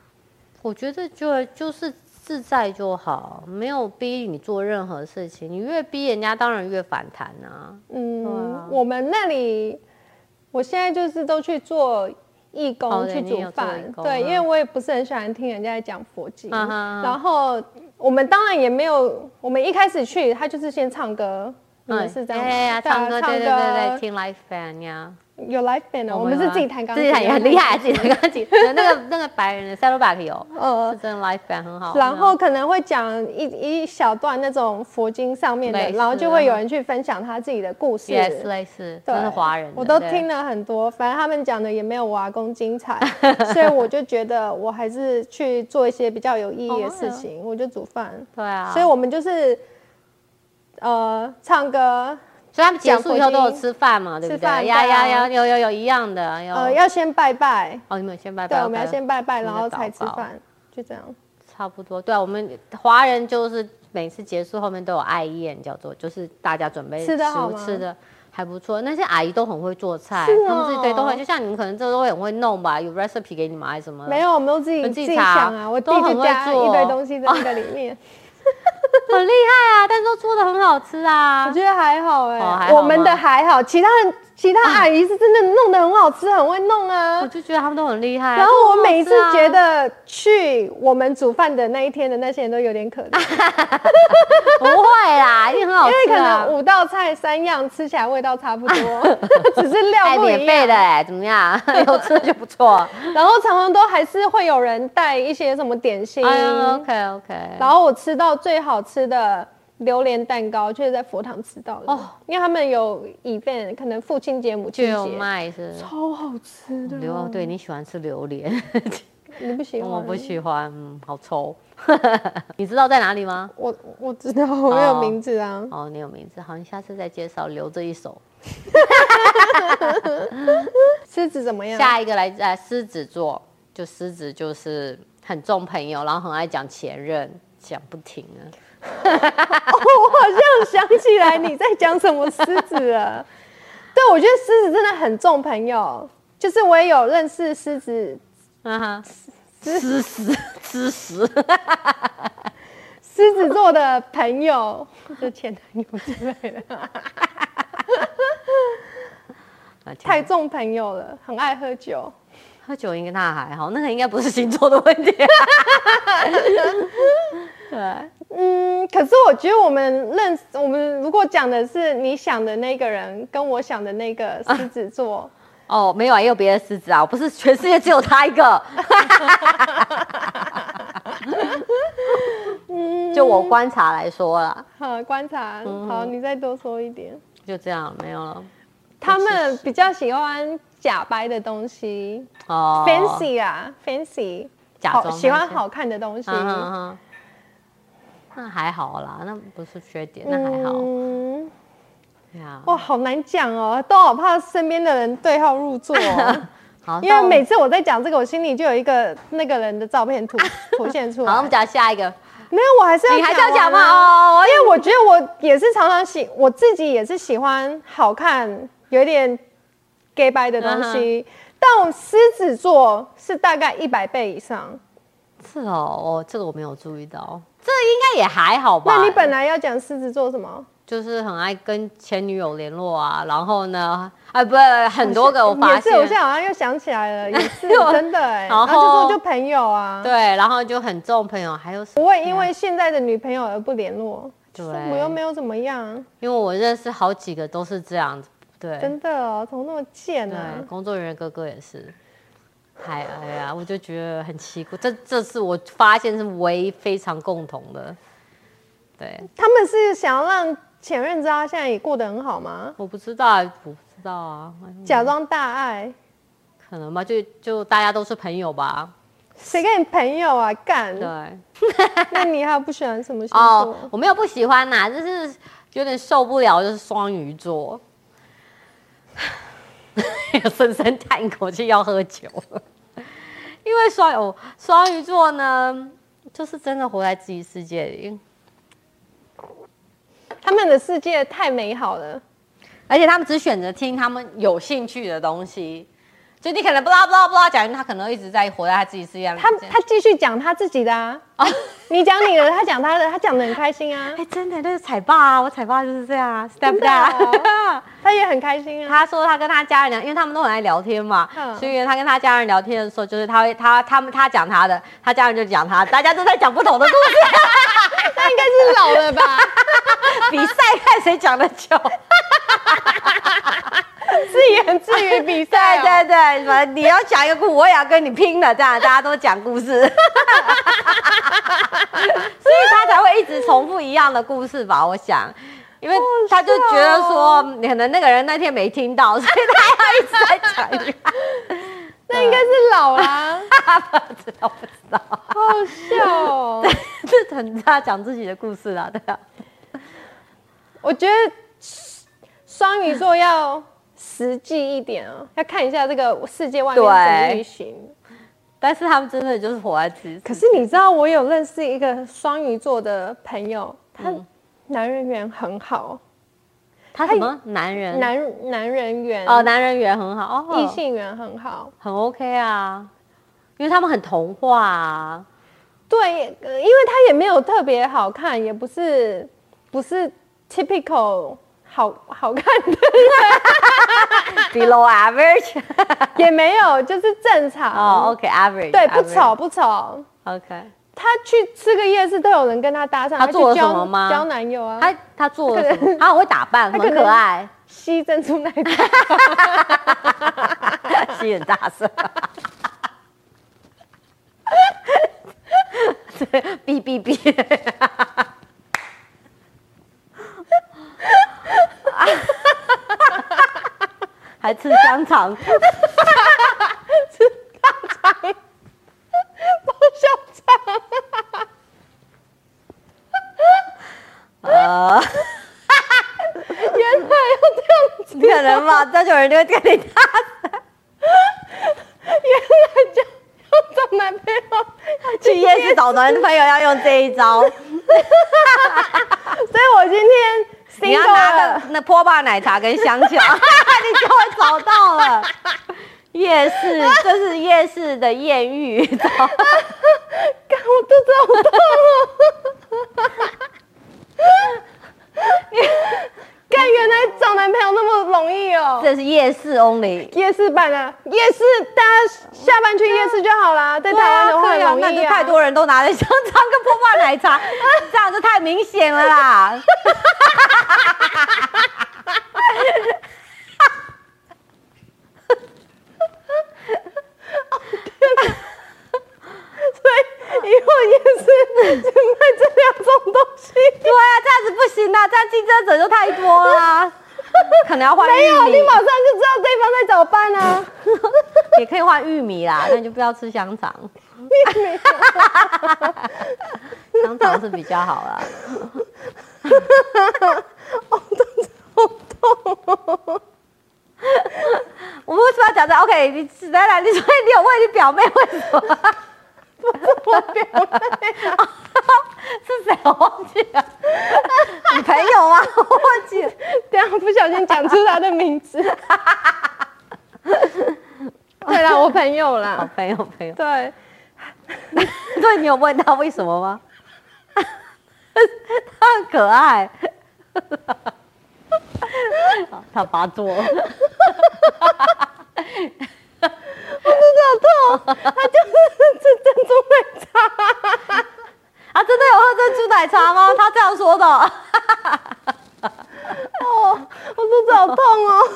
Speaker 1: 我觉得就就是自在就好，没有逼你做任何事情，你越逼人家，当然越反弹啊。
Speaker 2: 嗯，
Speaker 1: 对啊
Speaker 2: 我们那里，我现在就是都去做义工，
Speaker 1: 哦对
Speaker 2: 去
Speaker 1: 你
Speaker 2: 煮
Speaker 1: 有做
Speaker 2: 饭
Speaker 1: 义。工
Speaker 2: 对，
Speaker 1: 嗯
Speaker 2: 因为我也不是很喜欢听人家在讲佛经。
Speaker 1: 嗯哼
Speaker 2: 然后我们当然也没有，我们一开始去，他就是先唱歌。你们是这样吗？
Speaker 1: 哎呀，
Speaker 2: 对啊
Speaker 1: 唱歌，对对对对，听 live band 呀。
Speaker 2: 有 live band 的，我们
Speaker 1: 有
Speaker 2: 是
Speaker 1: 啊
Speaker 2: 自己弹钢
Speaker 1: 自
Speaker 2: 琴，
Speaker 1: 己弹也很 厉害，自己弹钢琴。那个那个白人的 s a d d l e b a c k 有，
Speaker 2: 呃
Speaker 1: 是，真的 live band 很好。
Speaker 2: 然后可能会讲一一小段那种佛经上面的
Speaker 1: 类，似
Speaker 2: 然后就会有人去分享他自己的故事。
Speaker 1: 也是类似，
Speaker 2: 对
Speaker 1: 都是华人的。
Speaker 2: 我都
Speaker 1: 对
Speaker 2: 听了很多，反正他们讲的也没有我阿公 精彩，所以我就觉得我还是去做一些比较有意义的事情，
Speaker 1: 哦
Speaker 2: 我就煮饭。
Speaker 1: 对啊，
Speaker 2: 所以我们就是，呃，唱歌，
Speaker 1: 所以他们结
Speaker 2: 讲
Speaker 1: 束
Speaker 2: 佛
Speaker 1: 以后都有
Speaker 2: 经
Speaker 1: 吃饭嘛，对不
Speaker 2: 吃
Speaker 1: 对？
Speaker 2: 饭
Speaker 1: 呀
Speaker 2: 对啊
Speaker 1: 呀呀，有有有一样的，有。
Speaker 2: 呃，要先拜拜，
Speaker 1: 哦，你们有先拜拜
Speaker 2: 对，
Speaker 1: ，OK。
Speaker 2: 我们要先拜拜，
Speaker 1: 我
Speaker 2: 然
Speaker 1: 们
Speaker 2: 后
Speaker 1: 在
Speaker 2: 才
Speaker 1: 祷
Speaker 2: 吃
Speaker 1: 告
Speaker 2: 饭，就这样。
Speaker 1: 差不多，对啊，我们华人就是每次结束后面都有爱宴，叫做就是大家准备
Speaker 2: 吃
Speaker 1: 食
Speaker 2: 得好
Speaker 1: 物
Speaker 2: 吗
Speaker 1: 吃的还不错。那些阿姨都很会做菜，
Speaker 2: 是
Speaker 1: 她们自己对都
Speaker 2: 哦
Speaker 1: 会，就像你们可能这都会很会弄吧，有 recipe 给你们还是什么的？
Speaker 2: 没有，我们都自己
Speaker 1: 我
Speaker 2: 自
Speaker 1: 嗯自己
Speaker 2: 己
Speaker 1: 查
Speaker 2: 想啊，我弟
Speaker 1: 都很
Speaker 2: 就
Speaker 1: 会
Speaker 2: 加
Speaker 1: 做
Speaker 2: 一堆东西在那个里 面，
Speaker 1: 很厉害啊，但是都做的很好吃
Speaker 2: 我
Speaker 1: 啊。
Speaker 2: 觉得还好
Speaker 1: 哦
Speaker 2: 哎
Speaker 1: 还，好
Speaker 2: 我们的
Speaker 1: 吗
Speaker 2: 还好，其他人其他阿姨是真的弄得很好吃，很会弄啊
Speaker 1: 我。就觉得他们都很厉害啊、
Speaker 2: 然后我每一次
Speaker 1: 都很好吃啊
Speaker 2: 觉得去我们煮饭的那一天的那些人都有 点可怜，
Speaker 1: 不会啦，一定很好
Speaker 2: 因为
Speaker 1: 吃、
Speaker 2: 可
Speaker 1: 啊。
Speaker 2: 能五道菜三样吃起来味道差不 多，只是料
Speaker 1: 哎，
Speaker 2: 不
Speaker 1: 免
Speaker 2: 一
Speaker 1: 费的
Speaker 2: 样。
Speaker 1: 哎、怎么样？ 有吃就不错。
Speaker 2: 然后常常都还是会有人带一些什么点心，
Speaker 1: 哎呀，OK OK。
Speaker 2: 然后我吃到最好吃的榴莲蛋糕，就是在佛堂吃到的。哦
Speaker 1: 哦，
Speaker 2: 因为他们有 event，可能父亲节、母
Speaker 1: 就
Speaker 2: 亲
Speaker 1: 有
Speaker 2: 节，
Speaker 1: 卖是
Speaker 2: 超好吃的。
Speaker 1: 榴，哦对你喜欢吃榴 莲。
Speaker 2: 你不喜欢？
Speaker 1: 我不喜欢，嗯，好 臭。你知道在哪里吗？
Speaker 2: 我我知道，我有
Speaker 1: 哦
Speaker 2: 名字啊。
Speaker 1: 哦，你有名字，好，你下次再介绍，留这一手。
Speaker 2: 狮子怎么样？
Speaker 1: 下一个来，呃，狮子座，就狮子就是很重朋友，然后很爱讲前任，讲不停啊。
Speaker 2: 哦我好像想起来你在讲什么狮子了。对，我觉得狮子真的很重朋友，就是我也有认识狮子，
Speaker 1: 啊哈，吃屎，吃屎，
Speaker 2: 狮子座的朋友，就前男友之类的，
Speaker 1: 啊天
Speaker 2: 太重朋友了，很爱喝酒。
Speaker 1: 喝酒应该那还好，那个应该不是星座的问 题、啊。
Speaker 2: 嗯，可是我觉得我们认识，我们如果讲的是你想的那个人跟我想的那个狮子座，
Speaker 1: 哦，没有啊，也有别的狮子啊，我不是全世界只有他一 个。就我观察来说啦，
Speaker 2: 好，观察，好，你再多说一点。
Speaker 1: 就这样，没有了。
Speaker 2: 他们比较喜欢假掰的东西、
Speaker 1: 哦
Speaker 2: f a n c y 啊，fancy，
Speaker 1: 假
Speaker 2: 好
Speaker 1: 装
Speaker 2: 喜欢
Speaker 1: fancy
Speaker 2: 好看的东西。
Speaker 1: 嗯哼哼那还好啦，那不是缺点，嗯那还好。
Speaker 2: 嗯，
Speaker 1: 对啊，
Speaker 2: 哇，好难讲哦，都好怕身边的人对号入 座、哦，
Speaker 1: 好，
Speaker 2: 因为每次我在讲这个，我心里就有一个那个人的照片 图浮现出
Speaker 1: 那我们好，我
Speaker 2: 来
Speaker 1: 们。讲下一个，
Speaker 2: 没有，我还是要
Speaker 1: 你还是要讲
Speaker 2: 完啊
Speaker 1: 吗？哦，
Speaker 2: 因为我觉得我也是常常喜，我自己也是喜欢好看、有一点 gay 白的东
Speaker 1: 嗯
Speaker 2: 西。但我狮子座是大概一百倍以上。
Speaker 1: 是哦，哦，这个我没有注意到，这应该也还好吧？
Speaker 2: 那你本来要讲狮子座什么？
Speaker 1: 就是很爱跟前女友联络啊，然后呢，啊，不，很多个我发
Speaker 2: 也是，我现在
Speaker 1: 现，啊
Speaker 2: 好像又想起来了，也 是
Speaker 1: 我
Speaker 2: 真的哎、
Speaker 1: 然后
Speaker 2: 然后就说就朋友啊，
Speaker 1: 对，然后就很重朋友，还有什
Speaker 2: 不会因为现在的女朋友而不联络。
Speaker 1: 对
Speaker 2: 就是我又没有怎么样，
Speaker 1: 因为我认识好几个都是这样子，对，
Speaker 2: 真的哦，怎么那么贱啊呢、
Speaker 1: 对，工作人员哥哥也是。哎哎呀，我就觉得很奇怪，这这是我发现是唯一非常共同的，对，
Speaker 2: 他们是想要让前任知道他现在也过得很好吗？
Speaker 1: 我不知道，我不知道啊，
Speaker 2: 假装大爱，
Speaker 1: 可能吧，就就大家都是朋友吧，
Speaker 2: 谁跟你朋友啊？干！
Speaker 1: 对。
Speaker 2: 那你还有不喜欢什么星座？
Speaker 1: 哦，我没有不喜欢呐、就是有点受不了，就是双鱼座。 深深叹一口气，要喝酒， 因为双哦双鱼座呢，就是真的活在自己世界里，
Speaker 2: 他们的世界太美好了。
Speaker 1: 而且他们只选择听他们有兴趣的东西。就你可能不知道不知道不知道讲，他可能一直在活在他自己世界里面。
Speaker 2: 他他继续讲他自己的啊，
Speaker 1: 哦，
Speaker 2: 你讲你的，他讲他的，他讲的很开心啊
Speaker 1: 哎、，真的那个彩爸啊，我彩爸就是这样啊，step
Speaker 2: 真的哦
Speaker 1: down。
Speaker 2: 他也很开心 啊。
Speaker 1: 他说他跟他家人聊，因为他们都很爱聊天嘛，
Speaker 2: 嗯
Speaker 1: 所以他跟他家人聊天的时候，就是他会他他们他讲他的，他家人就讲他的，大家都在讲不同的故事，
Speaker 2: 他应该是老了吧？
Speaker 1: 比赛看谁讲的久。
Speaker 2: 自言自语比赛、
Speaker 1: 对
Speaker 2: 哦。
Speaker 1: 对对，反正你要讲一个故事，我也要跟你拼了，这样大家都讲故 事，所以他才会一直重复一样的故事吧，我想。因为他就觉得说，
Speaker 2: 哦
Speaker 1: 可能那个人那天没听到，所以他要一直在讲一样。
Speaker 2: 那应该是老啦、
Speaker 1: 不知道 不知道。
Speaker 2: 好好笑哦。
Speaker 1: 这很他讲自己的故事啦，对啊，
Speaker 2: 我觉得双鱼座要实际一点啊，要看一下这个世界外面是什么
Speaker 1: 对
Speaker 2: 运行。
Speaker 1: 但是他们真的就是活在自己世界。
Speaker 2: 可是你知道，我有认识一个双鱼座的朋友，他男人缘很好，
Speaker 1: 他什么男
Speaker 2: 嗯
Speaker 1: 人？
Speaker 2: 男男人缘
Speaker 1: 哦，男人缘很好，哦，
Speaker 2: 哎异性缘很好。
Speaker 1: 很 OK 啊，因为他们很童话啊，
Speaker 2: 对，呃因为他也没有特别好看，也不是不是 typical 好好看的，
Speaker 1: below average
Speaker 2: 也没有就是正常。
Speaker 1: 哦，OK average，
Speaker 2: 对，不
Speaker 1: average
Speaker 2: 丑不丑。
Speaker 1: ，OK。
Speaker 2: 他去吃个夜市都有人跟他搭讪，
Speaker 1: 他
Speaker 2: 去
Speaker 1: 做了
Speaker 2: 交
Speaker 1: 什么吗
Speaker 2: 交男友啊，
Speaker 1: 他他做了什 么？他很会打扮，
Speaker 2: 他可
Speaker 1: 很
Speaker 2: 能
Speaker 1: 可爱，
Speaker 2: 吸珍珠奶茶。
Speaker 1: 吸很大声。对，哔哔哔。 还吃香肠，哦
Speaker 2: 原来要这样子，
Speaker 1: 不可能吧？那就有人就会跟你搭。
Speaker 2: 原来这样要找男朋友，
Speaker 1: 去夜市找男朋友要用这一招，
Speaker 2: 所以我今
Speaker 1: 你
Speaker 2: 天
Speaker 1: 要
Speaker 2: single
Speaker 1: 拿
Speaker 2: 了
Speaker 1: 个那波霸奶茶跟香 肠，你就会找到了。夜市，这是夜市的艳遇，
Speaker 2: 干我肚子好痛哦！ 干，原来找男朋友那么容易哦。
Speaker 1: 这是夜市 only。
Speaker 2: 夜市版的夜市，大家下班去夜市就好啦。在
Speaker 1: 对
Speaker 2: 台湾的话
Speaker 1: 啊
Speaker 2: 很
Speaker 1: 对啊，
Speaker 2: 容
Speaker 1: 那
Speaker 2: 易
Speaker 1: 就
Speaker 2: 啊
Speaker 1: 太。多人都拿着香肠跟波霸奶茶， 这样就太明显了啦。
Speaker 2: 后也是卖这两种东 西。
Speaker 1: 对啊，这样子不行啊，这样竞争者就太多啦、可能要换
Speaker 2: 没有，
Speaker 1: 玉
Speaker 2: 哎你
Speaker 1: 米
Speaker 2: 马，上就知道对方在找伴 啊。
Speaker 1: 也可以换玉米啦，那你就不要吃香肠。香肠是比较好啦。我们为什么要讲这？OK，你只来来，你说你有问你表妹为什么？不 是我表妹、是谁？我忘记了。你朋友啊，我忘记了。
Speaker 2: 等一下啊不小心讲出他的名 字。对啦，我朋友
Speaker 1: 好
Speaker 2: 啦。
Speaker 1: 哦朋友，朋友。
Speaker 2: 对，
Speaker 1: 对你有问他为什么吗？ 他很可爱， 好他发作啊了，
Speaker 2: 他就是吃珍珠奶茶。
Speaker 1: 他真的有喝珍珠奶茶吗？他这样说的，
Speaker 2: 哦，我肚子好痛哦。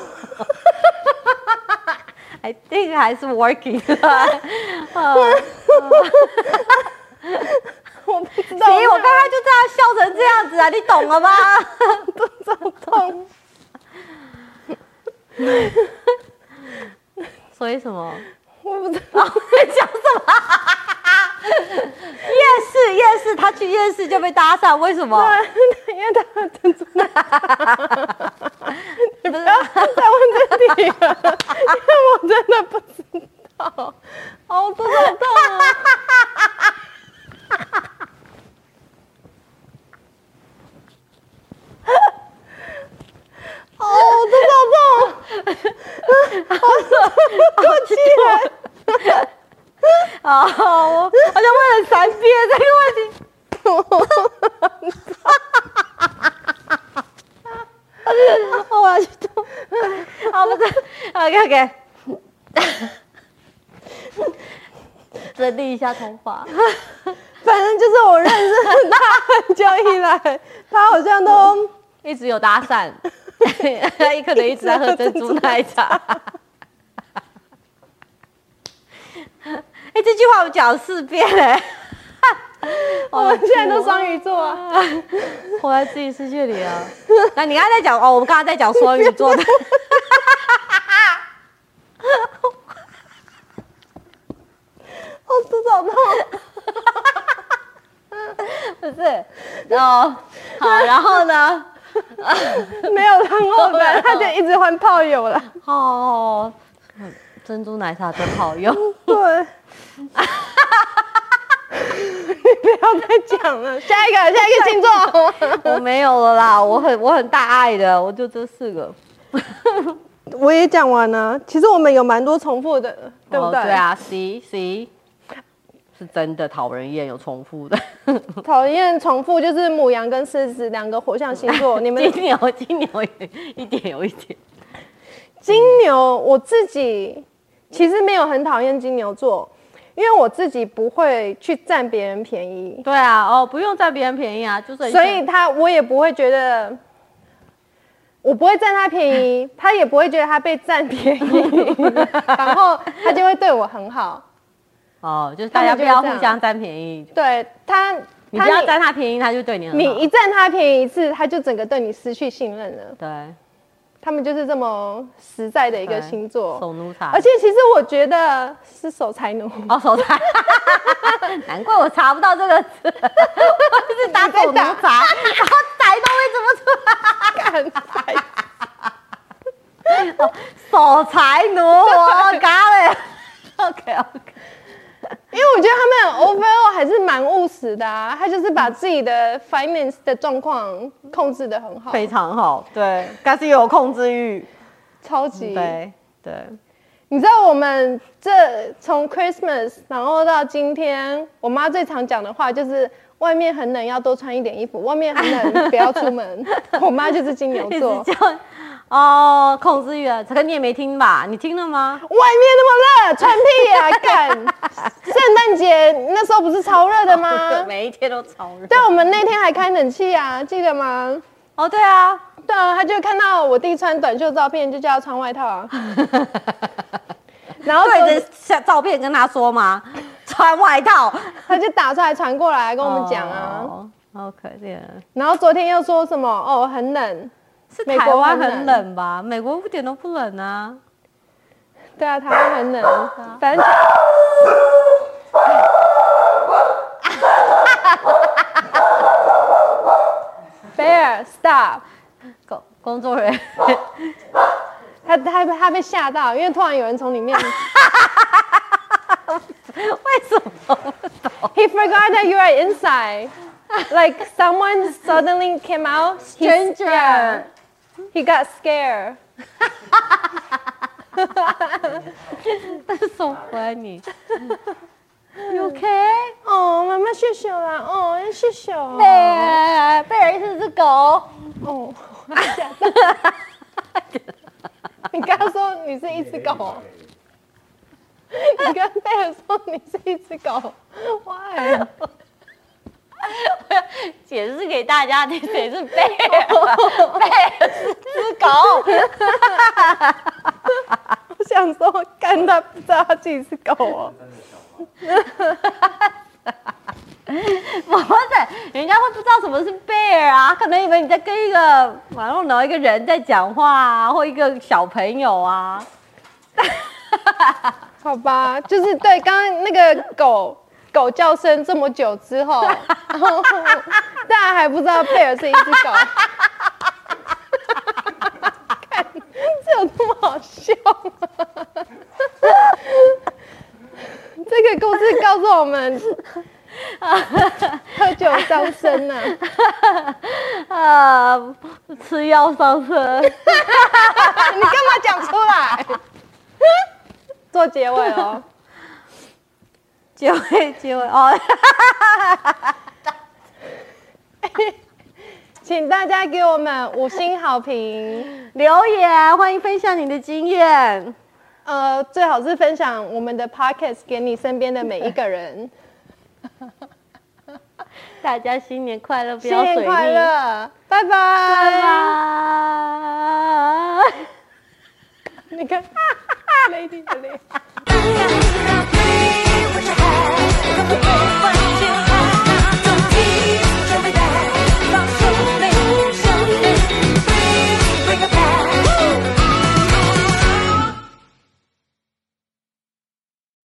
Speaker 1: 还这个还是 working，啊
Speaker 2: 我不知道。
Speaker 1: 行，我刚刚就这样笑成这样子啊，你懂了吗？
Speaker 2: 痛。
Speaker 1: 所以什么？
Speaker 2: 我不知道。
Speaker 1: 啊，讲什么？ 夜市，夜市，他去夜市就被搭讪，为什么？
Speaker 2: 哦 因为他有珍珠奶茶。你不要再问这题了，因为我真的不知道。
Speaker 1: 아,
Speaker 2: 哦，我肚子好痛啊！哦，我肚子好痛！
Speaker 1: 아, 啊，我我就问了三遍这个问题。
Speaker 2: 我要去吐。
Speaker 1: 好，不是，OK OK，整理一下头发。
Speaker 2: 反正就是我认识他很久以来，他好 像都
Speaker 1: 一直有搭讪，他也可能一直在喝珍珠奶茶。哎、这句话我讲了四遍嘞、
Speaker 2: 我们现在都双鱼座啊。
Speaker 1: 活在自己世界里啊。那你刚才在讲哦，我们刚才在讲双鱼座的。
Speaker 2: 哦，肚子好痛。
Speaker 1: 不是，然后好，然后呢？
Speaker 2: 没有然后的， 他就一直换炮友了。
Speaker 1: 哦，珍珠奶茶真好用。
Speaker 2: 对， 你不要再讲了，下一个，下一个星 座。
Speaker 1: 我没有了啦，我很我很大爱的，我就这四个，
Speaker 2: 我也讲完了，其实我们有蛮多重复的，对不
Speaker 1: 哦
Speaker 2: 对？
Speaker 1: 对，啊，C C 是真的讨人厌，有重复的。
Speaker 2: 讨厌重复就是母羊跟狮子两个火象星 座，哦你们
Speaker 1: 金牛，金牛也一点有一 点，
Speaker 2: 金牛，我自己其实没有很讨厌金牛座，因为我自己不会去占别人便宜，
Speaker 1: 对啊，哦，不用占别人便宜啊，就是很
Speaker 2: 所以他我也不会觉得，我不会占他 便宜，他也不会觉得他被占便宜， 然后他就会对我很好。
Speaker 1: 哦，就是大家不要互相占便宜，
Speaker 2: 对他，
Speaker 1: 你
Speaker 2: 他
Speaker 1: 不要占啊他便宜，他就对你很好。
Speaker 2: 你一占他便宜一次，他就整个对你失去信任了。
Speaker 1: 对
Speaker 2: 他们就是这么实在的一
Speaker 1: 一
Speaker 2: 个星座，
Speaker 1: 手奴茶，
Speaker 2: 而且其实我觉得是守财奴。
Speaker 1: 哦手 茶，难怪我查不到这个字，我一直打手奴茶，然后台都会怎么出
Speaker 2: 干 财
Speaker 1: 守财奴，我嘎嘞。OK OK，
Speaker 2: 因为我觉得他们 overall 还是蛮务实的啊，他就是把自己的 finance 的状况控制的很好，
Speaker 1: 非常好，对，但是有控制欲，
Speaker 2: 超级。
Speaker 1: 对对，
Speaker 2: 你知道我们这从 Christmas 然后到今天，我妈最常讲的话就是外面很冷，要多穿一点衣服；外面很冷，不要出 门。我妈就是金牛
Speaker 1: 一
Speaker 2: 座
Speaker 1: 直，叫哦控制欲啊，这个你也没听吧？你听了吗？？
Speaker 2: 外面那么热，穿屁呀、 干！圣诞节那时候不是超热的吗
Speaker 1: 每一天都超热。
Speaker 2: 对，我们那天还开冷气啊，记得吗？
Speaker 1: 哦对啊，
Speaker 2: 对啊，他就看到我弟穿短袖照片，就叫他穿外套啊。然后
Speaker 1: 对
Speaker 2: 昨
Speaker 1: 着照片跟他说吗？ 穿外套，
Speaker 2: 他就打出来传过来跟我们讲啊。
Speaker 1: 哦，好可怜。
Speaker 2: 然后昨天又说什么哦很冷，
Speaker 1: 是
Speaker 2: 美
Speaker 1: 台
Speaker 2: 国
Speaker 1: 湾
Speaker 2: 很
Speaker 1: 很
Speaker 2: 冷
Speaker 1: 冷吧？美国一点都不冷 啊。
Speaker 2: 对啊，台湾很冷，反 正贝尔 stop，
Speaker 1: 工工作人员
Speaker 2: 他他他被吓到，因为突然有人从里面
Speaker 1: 为什么？
Speaker 2: ，he forgot that you are inside。Like someone suddenly came out, he
Speaker 1: Stranger.
Speaker 2: scared. He got scared.
Speaker 1: so funny。You okay？
Speaker 2: 哦，妈妈谢谢啦，哦，谢谢哦。
Speaker 1: 贝尔，贝尔是只狗。
Speaker 2: 哦，我吓到。你刚刚说你是一只狗，你跟贝尔说你是一只狗，why？
Speaker 1: 解释给大家听，谁是贝 尔？啊贝尔是只 狗。
Speaker 2: 我想说，干他不知道他 自己是狗哦。
Speaker 1: 我的，人家会不知道什么是贝尔啊，可能以为你在跟一个马路脑一个人在讲话啊，或一个小朋友啊。
Speaker 2: 好吧，就是对，刚刚那个狗狗叫声这么久之后，然后大家还不知道贝尔是一只狗。看，这有这么好笑吗？这个故事告诉我们，喝酒伤身啊呐、
Speaker 1: 呃，吃药上车。
Speaker 2: 你干嘛讲出来？做结尾哦。
Speaker 1: 结尾结尾哦，
Speaker 2: 请大家给我们五星好评，
Speaker 1: 留言欢迎分享你的经验。
Speaker 2: 呃，最好是分享我们的 podcast 给你身边的每一个人。
Speaker 1: 大家新年快乐， 不
Speaker 2: 新
Speaker 1: 要水
Speaker 2: 年
Speaker 1: 逆。
Speaker 2: 快乐，拜拜。
Speaker 1: 拜 拜。
Speaker 2: 你看，Lady 的脸。